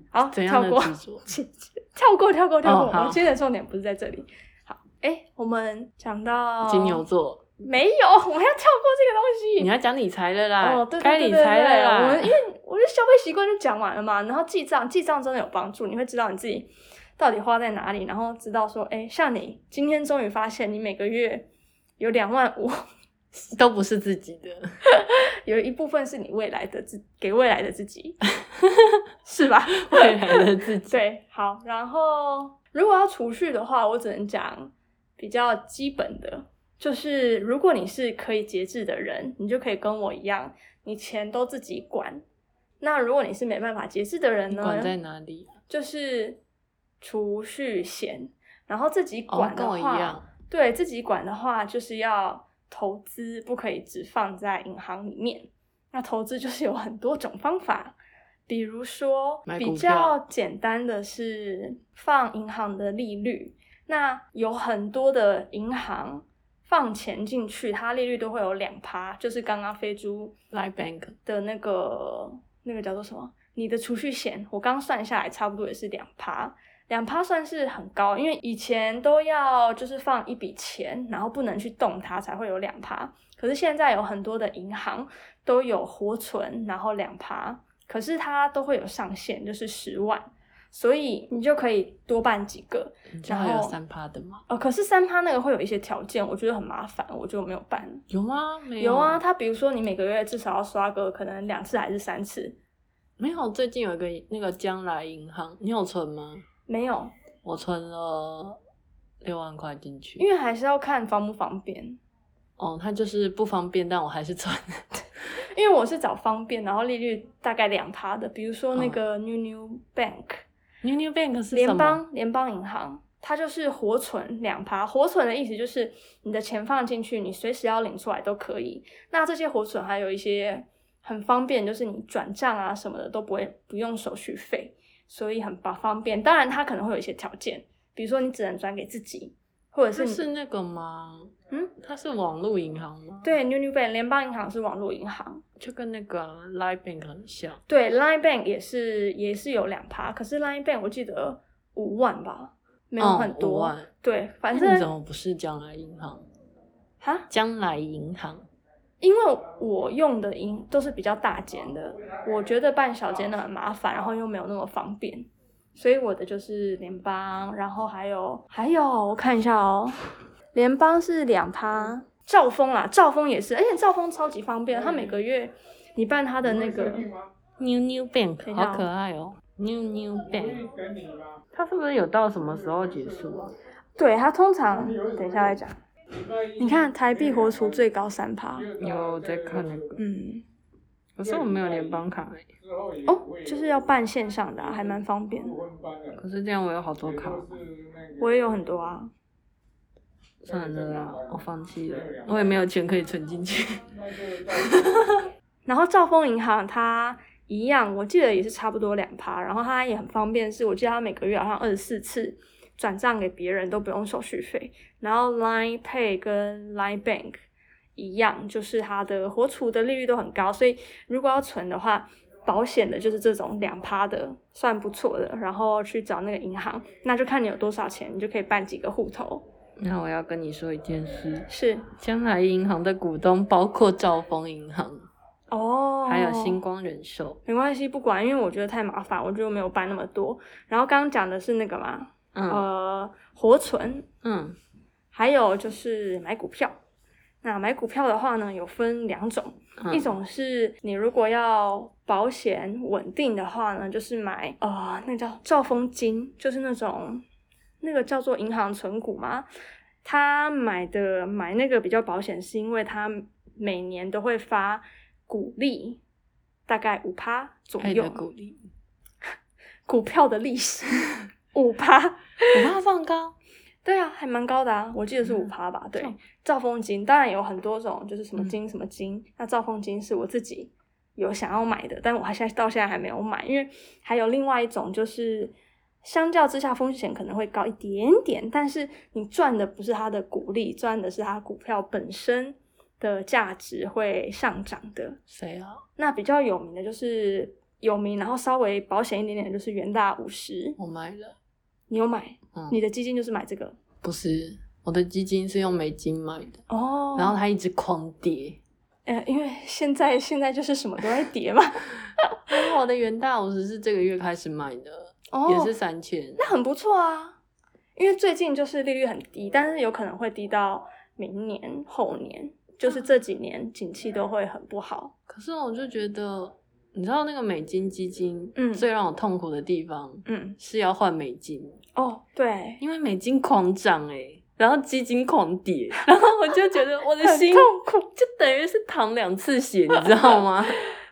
Speaker 1: 好，
Speaker 2: 怎样
Speaker 1: 跳
Speaker 2: 的
Speaker 1: 过，
Speaker 2: 执 着？哦
Speaker 1: 跳过，跳过，跳过。
Speaker 2: 好
Speaker 1: 我今天的重点不是在这里。好，哎，我们讲到
Speaker 2: 金牛座，
Speaker 1: 没有，我们要跳过这个东西。
Speaker 2: 你要讲理财了啦，
Speaker 1: 哦，对对
Speaker 2: 哎该
Speaker 1: 对
Speaker 2: 理
Speaker 1: 对
Speaker 2: 财
Speaker 1: 对，我
Speaker 2: 了
Speaker 1: 们
Speaker 2: 啦
Speaker 1: 因。为我的消费习惯就讲完了嘛，然后记账，记账真的有帮助，你会知道你自己到底花在哪里，然后知道说，哎，像你今天终于发现你每个月有两万五，
Speaker 2: 都不是自己的，
Speaker 1: 有一部分是你未来的自给未来的自己， 是吧？
Speaker 2: 未来的自己。
Speaker 1: 对，好，然后如果要储蓄的话，我只能讲比较基本的，就是如果你是可以节制的人，你就可以跟我一样，你钱都自己管。那如果你是没办法节制的人
Speaker 2: 你 管在
Speaker 1: 呢，
Speaker 2: 哪里？
Speaker 1: 就是储蓄险，然后自己
Speaker 2: 哦
Speaker 1: 管，的
Speaker 2: 跟我一
Speaker 1: 话，
Speaker 2: 样。
Speaker 1: 对自己管的话，就是要投资，不可以只放在银行里面。那投资就是有很多种方法，比如说
Speaker 2: 买
Speaker 1: 比
Speaker 2: 股
Speaker 1: 较
Speaker 2: 票
Speaker 1: 简单的是放银行的利率。那有很多的银行放钱进去，它利率都会有两趴，就是刚刚飞猪
Speaker 2: Live Bank
Speaker 1: 的那个那个叫做什么？你的储蓄险，我刚算下来差不多也是两趴，两趴算是很高，因为以前都要就是放一笔钱，然后不能去动它才会有两趴。可是现在有很多的银行都有活存，然后两趴，可是它都会有上限，就是十万，所以你就可以多办几个。
Speaker 2: 你知道
Speaker 1: 然
Speaker 2: 有
Speaker 1: 后
Speaker 2: 三趴的吗？
Speaker 1: 哦，可是三趴那个会有一些条件，我觉得很麻烦，我就没有办。
Speaker 2: 有吗？没
Speaker 1: 有啊，，它比如说你每个月至少要刷个可能两次还是三次，
Speaker 2: 没有。最近有一个那个将来银行，你有存吗？
Speaker 1: 没有，
Speaker 2: 我存了六万块进去，
Speaker 1: 因为还是要看方不方便。
Speaker 2: 哦，它就是不方便，但我还是存。
Speaker 1: 因为我是找方便，然后利率大概两趴的，比如说那个 New New Bank、
Speaker 2: New New Bank 嗯是什
Speaker 1: 联
Speaker 2: 么？
Speaker 1: 邦联邦银行，它就是活存两趴。活存的意思就是你的钱放进去，你随时要领出来都可以。那这些活存还有一些很方便，就是你转账啊什么的都不会不用手续费，所以很方方便。当然，它可能会有一些条件，比如说你只能转给自己，或者是
Speaker 2: 它
Speaker 1: 你
Speaker 2: 是那个吗？
Speaker 1: 嗯，
Speaker 2: 它是网络银行吗？，
Speaker 1: 对 New New Bank 联邦银行是网络银行。
Speaker 2: 就跟那个啊 Live Bank 很像。
Speaker 1: 对，Line Bank 也是也是有两趴，可是 Line Bank 我记得五万吧，没有
Speaker 2: 嗯
Speaker 1: 很
Speaker 2: 5
Speaker 1: 多。
Speaker 2: 万哎
Speaker 1: 对，反
Speaker 2: 那你怎
Speaker 1: 正
Speaker 2: 么不是将来银行？
Speaker 1: 哈，
Speaker 2: 将来银行
Speaker 1: 因为我用的银都是比较大间的，我觉得办小间的很麻烦，然后又没有那么方便，所以我的就是联邦，然后还有还有我看一下哦，联邦是两趴，兆丰啦，兆丰也是，而且兆丰超级方便，它每个月你办它的那个。
Speaker 2: New New
Speaker 1: 等
Speaker 2: Bank
Speaker 1: 一下哦
Speaker 2: 好可爱哦。New New Bank，它是不是有到什么时候结束啊？
Speaker 1: 对它通常，等一下再讲。你看台币活储最高三趴，
Speaker 2: 有在看那个，
Speaker 1: 嗯，
Speaker 2: 可是我没有联邦卡欸、
Speaker 1: 哦，就是要办线上的、啊，还蛮方便的。
Speaker 2: 可是这样我有好多卡，
Speaker 1: 我也有很多啊，
Speaker 2: 算了啦，我放弃了，我也没有钱可以存进去。
Speaker 1: 然后兆丰银行它一样，我记得也是差不多两趴，然后它也很方便，是我记得它每个月好像二十四次转账给别人都不用手续费。然后 Line Pay 跟 Line Bank 一样，就是它的活储的利率都很高，所以如果要存的话，保险的就是这种两趴的，算不错的。然后去找那个银行，那就看你有多少钱，你就可以办几个户头。
Speaker 2: 那我要跟你说一件事，
Speaker 1: 是
Speaker 2: 将来银行的股东包括兆丰银行，
Speaker 1: 哦，
Speaker 2: 还有星光人寿。
Speaker 1: 没关系，不管，因为我觉得太麻烦，我就没有办那么多。然后刚刚讲的是那个嘛，
Speaker 2: 嗯
Speaker 1: 呃，活存，
Speaker 2: 嗯，
Speaker 1: 还有就是买股票。那买股票的话呢，有分两种，
Speaker 2: 嗯
Speaker 1: 一种是你如果要保险稳定的话呢，就是买呃，那叫兆丰金，就是那种那个叫做银行存股嘛。他买的买那个比较保险，是因为他每年都会发股利，大概五趴左
Speaker 2: 爱
Speaker 1: 右
Speaker 2: 的，鼓励，
Speaker 1: 股票的利息五趴。
Speaker 2: 我怕放高。
Speaker 1: 对啊，还蛮高的啊，我记得是五趴吧。对
Speaker 2: 这样，
Speaker 1: 兆丰金当然有很多种，就是什么
Speaker 2: 嗯
Speaker 1: 金什么金。那兆丰金是我自己有想要买的，但我还现在到现在还没有买，因为还有另外一种就是。相较之下，风险可能会高一点点，但是你赚的不是它的股利，赚的是它股票本身的价值会上涨的。
Speaker 2: 谁啊？
Speaker 1: 那比较有名的就是有名，然后稍微保险一点点的就是元大五十，
Speaker 2: 我买了。
Speaker 1: 你有买？
Speaker 2: 嗯，
Speaker 1: 你的基金就是买这个
Speaker 2: 不是，我的基金是用美金买的，
Speaker 1: 哦
Speaker 2: 然后它一直狂跌。
Speaker 1: 呃，因为现在现在就是什么都在跌嘛，
Speaker 2: 因为我的元大五十是这个月开始买的，
Speaker 1: 哦
Speaker 2: 也是三千。
Speaker 1: 那很不错啊。因为最近就是利率很低，但是有可能会低到明年、后年，就是这几年景气都会很不好。
Speaker 2: 可是我就觉得，你知道那个美金基金，
Speaker 1: 嗯
Speaker 2: 最让我痛苦的地方
Speaker 1: 嗯，
Speaker 2: 是要换美金，
Speaker 1: 哦，对，
Speaker 2: 因为美金狂涨哎、然后基金狂跌，然后我就觉得我的
Speaker 1: 很
Speaker 2: 心
Speaker 1: 痛苦。
Speaker 2: 就等于是淌两次血，你知道吗？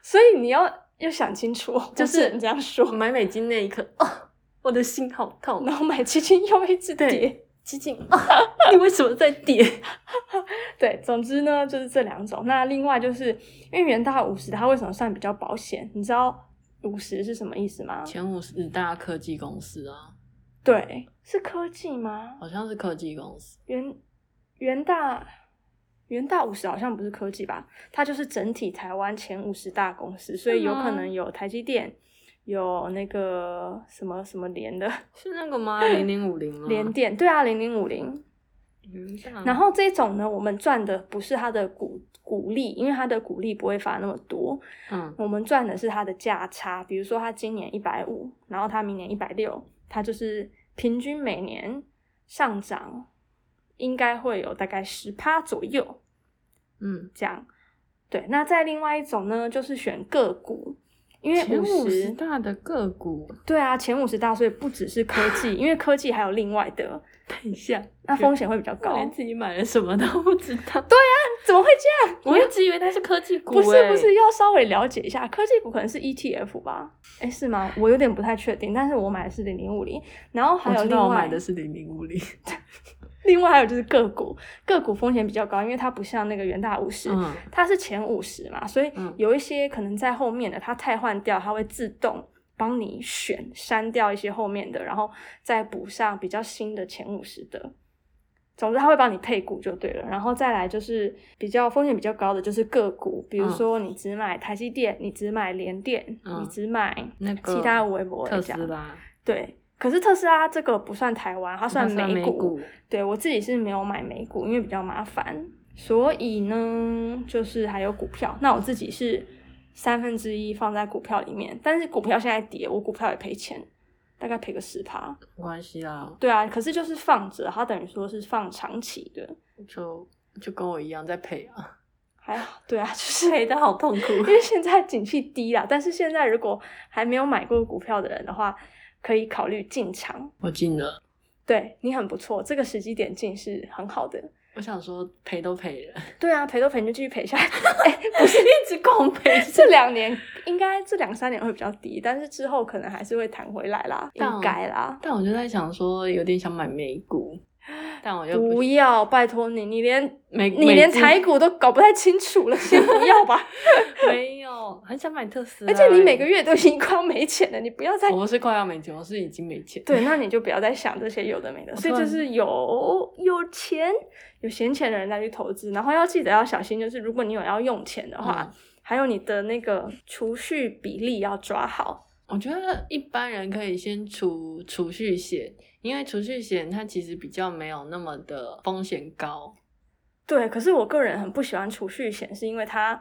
Speaker 1: 所以你要要想清楚，就
Speaker 2: 就
Speaker 1: 是是你这样说
Speaker 2: 我，买美金那一刻，哦，我的心好痛
Speaker 1: 然。后买基金又一直跌
Speaker 2: 对。基金，啊你为什么在跌？
Speaker 1: 对，总之呢就是这两种。那另外就是因为元大五十，它为什么算比较保险？你知道五十是什么意思吗？
Speaker 2: 前五十大科技公司啊，
Speaker 1: 对，是科技吗？
Speaker 2: 好像是科技公司。
Speaker 1: 元元大元大五十好像不是科技吧？它就是整体台湾前五十大公司，所以有可能有台积电，有那个什么什么联的
Speaker 2: 是那个吗？零零五零吗？
Speaker 1: 联电，对啊，零零五零。
Speaker 2: 嗯这样
Speaker 1: 然后这种呢，我们赚的不是它的股股利，因为它的股利不会发那么多，
Speaker 2: 嗯，
Speaker 1: 我们赚的是它的价差。比如说它今年一百五，然后它明年一百六，它就是平均每年上涨应该会有大概十趴左右。
Speaker 2: 嗯，
Speaker 1: 这样。对，那再另外一种呢，就是选个股，因为
Speaker 2: 前
Speaker 1: 五
Speaker 2: 五十
Speaker 1: 十
Speaker 2: 大的个股，
Speaker 1: 对啊，前五十大，所以不只是科技，因为科技还有另外的，
Speaker 2: 等一下，
Speaker 1: 那风险会比较
Speaker 2: 我
Speaker 1: 高。
Speaker 2: 连自己买了什么都不知道。
Speaker 1: 怎么会这样？
Speaker 2: 我一直以为它是科技股、
Speaker 1: 不是
Speaker 2: 欸
Speaker 1: 不是，要稍微了解一下，科技股可能是 ETF 吧？哎，是吗？我有点不太确定，但是我买的是零零五零，然后还
Speaker 2: 我
Speaker 1: 有
Speaker 2: 知
Speaker 1: 另
Speaker 2: 道我
Speaker 1: 外
Speaker 2: 买的是零零五零。
Speaker 1: 另外还有就是个股，个股风险比较高，因为它不像那个元大五十、
Speaker 2: 嗯
Speaker 1: 它是前五十嘛，所以
Speaker 2: 嗯
Speaker 1: 有一些可能在后面的，它汰换掉，它会自动帮你选删掉一些后面的，然后再补上比较新的前五十的。总之，它会帮你配股就对了。然后再来就是比较风险比较高的就是个股，比如
Speaker 2: 嗯
Speaker 1: 说你只买台积电，你只买联电，
Speaker 2: 嗯
Speaker 1: 你只买
Speaker 2: 那个
Speaker 1: 其他微博
Speaker 2: 特
Speaker 1: 这
Speaker 2: 斯
Speaker 1: 样。
Speaker 2: 拉，
Speaker 1: 对，可是特斯拉这个不算台湾，它
Speaker 2: 它
Speaker 1: 算
Speaker 2: 算
Speaker 1: 美
Speaker 2: 美
Speaker 1: 股。对我自己是没有买美股，因为比较麻烦，所以呢，就是还有股票。那我自己是三分之一放在股票里面，但是股票现在跌，我股票也赔钱，大概赔个十趴。
Speaker 2: 没关系啦，
Speaker 1: 对啊，可是就是放着，它等于说是放长期的，
Speaker 2: 就就跟我一样在赔 啊，
Speaker 1: 还好。对啊， 就是
Speaker 2: 赔的好痛苦。
Speaker 1: 因为现在景气低啦，但是现在如果还没有买过股票的人的话，可以考虑进场。
Speaker 2: 我进了，
Speaker 1: 对你很不错，这个时机点进是很好的。
Speaker 2: 我想说赔都赔了，
Speaker 1: 对啊，赔都赔，你就继续赔下去。 哎
Speaker 2: 不是一直共 赔。
Speaker 1: 这两年应该这两三年会比较低，但是之后可能还是会弹回来啦，
Speaker 2: 但
Speaker 1: 应该啦。
Speaker 2: 但我就在想说，有点想买美股，但我又
Speaker 1: 不
Speaker 2: 不
Speaker 1: 要，拜托你，你连
Speaker 2: 美
Speaker 1: 你连
Speaker 2: 财
Speaker 1: 台股都搞不太清楚了，先不要 吧。
Speaker 2: 没有，很想买特斯拉
Speaker 1: 而
Speaker 2: 欸。
Speaker 1: 且你每个月都已经快要没钱了，你不要再
Speaker 2: 我不是快要没钱，我是已经没钱。
Speaker 1: 对，那你就不要再想这些有的没的。
Speaker 2: 我
Speaker 1: 所以
Speaker 2: 突
Speaker 1: 就
Speaker 2: 然
Speaker 1: 是有有钱、有闲钱的人再去投资，然后要记得要小心，就是如果你有要用钱的话，
Speaker 2: 嗯
Speaker 1: 还有你的那个储蓄比例要抓好。
Speaker 2: 我觉得一般人可以先除储蓄险，因为储蓄险它其实比较没有那么的风险高。
Speaker 1: 对，可是我个人很不喜欢储蓄险，是因为它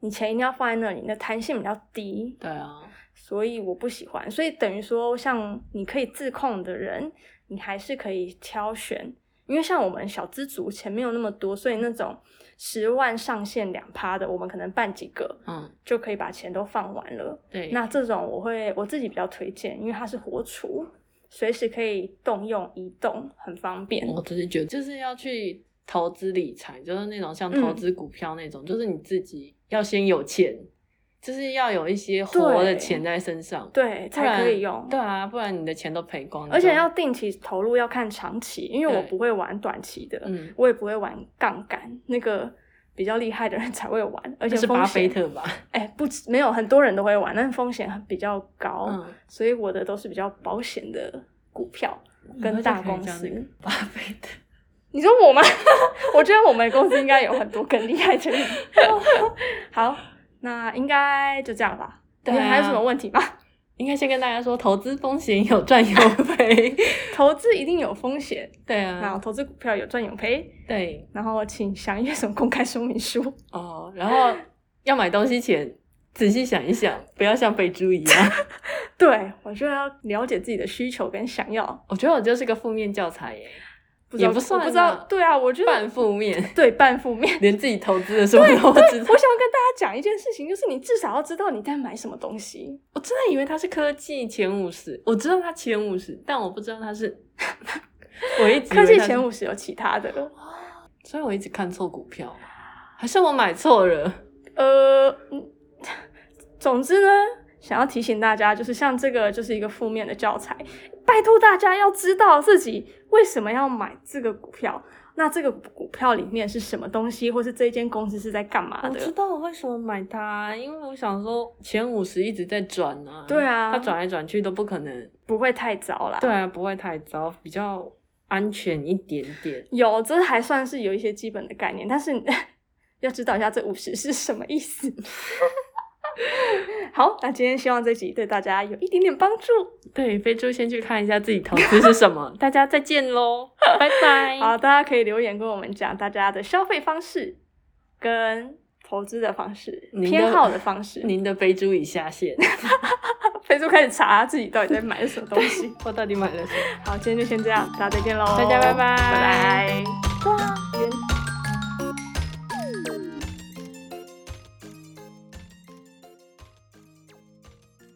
Speaker 1: 你钱一定要放在那里，你的弹性比较低，
Speaker 2: 对啊，
Speaker 1: 所以我不喜欢。所以等于说，像你可以自控的人，你还是可以挑选。因为像我们小资族钱没有那么多，所以那种十万上限两趴的，我们可能办几个
Speaker 2: 嗯，
Speaker 1: 就可以把钱都放完了。
Speaker 2: 对。
Speaker 1: 那这种我会我自己比较推荐，因为它是活储，随时可以动用移动，很方便。
Speaker 2: 我只是觉得就是要去投资理财，就是那种
Speaker 1: 嗯
Speaker 2: 像投资股票那种，就是你自己要先有钱，就是要有一些活的
Speaker 1: 对
Speaker 2: 钱在身上，
Speaker 1: 对，
Speaker 2: 不然
Speaker 1: 才可以用。
Speaker 2: 对啊，不然你的钱都赔光了。
Speaker 1: 而且
Speaker 2: 就
Speaker 1: 要定期投入，要看长期，因为我
Speaker 2: 嗯对
Speaker 1: 不会玩短期的，
Speaker 2: 嗯，
Speaker 1: 我也不会玩杠杆，那个比较厉害的人才会玩，而且
Speaker 2: 那是
Speaker 1: 风
Speaker 2: 巴菲
Speaker 1: 险，
Speaker 2: 特吧？
Speaker 1: 哎、不止没有很多人都会玩，但是风险比较高，
Speaker 2: 嗯，
Speaker 1: 所以我的都是比较保险的股票
Speaker 2: 以后
Speaker 1: 跟
Speaker 2: 就
Speaker 1: 大
Speaker 2: 可以
Speaker 1: 公
Speaker 2: 叫那个
Speaker 1: 司。
Speaker 2: 巴菲特。
Speaker 1: 你说我吗？ 我觉得我们公司应该有很多更厉害的人。 好，那应该就这样吧。
Speaker 2: 对
Speaker 1: 你们还有
Speaker 2: 啊
Speaker 1: 什么问题吗？
Speaker 2: 应该先跟大家说，投资风险有赚 有赔。
Speaker 1: 投资一定有风险，
Speaker 2: 对
Speaker 1: 然后
Speaker 2: 啊，
Speaker 1: 投资股票有赚有赔。
Speaker 2: 对
Speaker 1: 然后请详阅什么公开说明书。
Speaker 2: 哦。然后要买东西前，仔细想一想，不要像肥猪一 样。
Speaker 1: 对我觉得要了解自己的需求跟想要，
Speaker 2: 我觉得我就是个负面教材耶，
Speaker 1: 不知道
Speaker 2: 也不算
Speaker 1: 我
Speaker 2: 啊
Speaker 1: 不知道，对啊，我觉得
Speaker 2: 半负面，
Speaker 1: 对半负面。
Speaker 2: 连自己投资的时候都不知道
Speaker 1: 我。想要跟大家讲一件事情，就是你至少要知道你在买什么东西。
Speaker 2: 我真的以为它是科技前五十，我知道它前五十，但我不知道它 是。我一直以
Speaker 1: 科技
Speaker 2: 为它是
Speaker 1: 前五十有其他的，
Speaker 2: 所以我一直看错股票，还是我买错了？
Speaker 1: 呃，嗯 总之呢，想要提醒大家，就是像这个就是一个负面的教材，拜托大家要知道自己为什么要买这个股票，那这个股票里面是什么东西，或是这间公司是在干嘛
Speaker 2: 我
Speaker 1: 的
Speaker 2: 知。道我为什么买它，因为我想说前五十一直在转啊，
Speaker 1: 对啊
Speaker 2: 它转来转去都不可能，
Speaker 1: 不会太糟啦。
Speaker 2: 对，啊，不会太糟，比较安全一点点。
Speaker 1: 有这还算是有一些基本的概念，但是 要知道一下这五十是什么意思。 好，那今天希望这集对大家有一点点帮助。
Speaker 2: 对，飞猪先去看一下自己投资是什么，大家再见喽，拜拜。
Speaker 1: 好，大家可以留言跟我们讲大家的消费方式跟投资的方式、
Speaker 2: 您的
Speaker 1: 偏好的方式。
Speaker 2: 您的飞猪已下线，
Speaker 1: 飞猪开始查自己到底在 买什么东西。
Speaker 2: 我到底买了什么？
Speaker 1: 好，今天就先这样，大家再见喽，
Speaker 2: 大家拜拜
Speaker 1: 拜拜。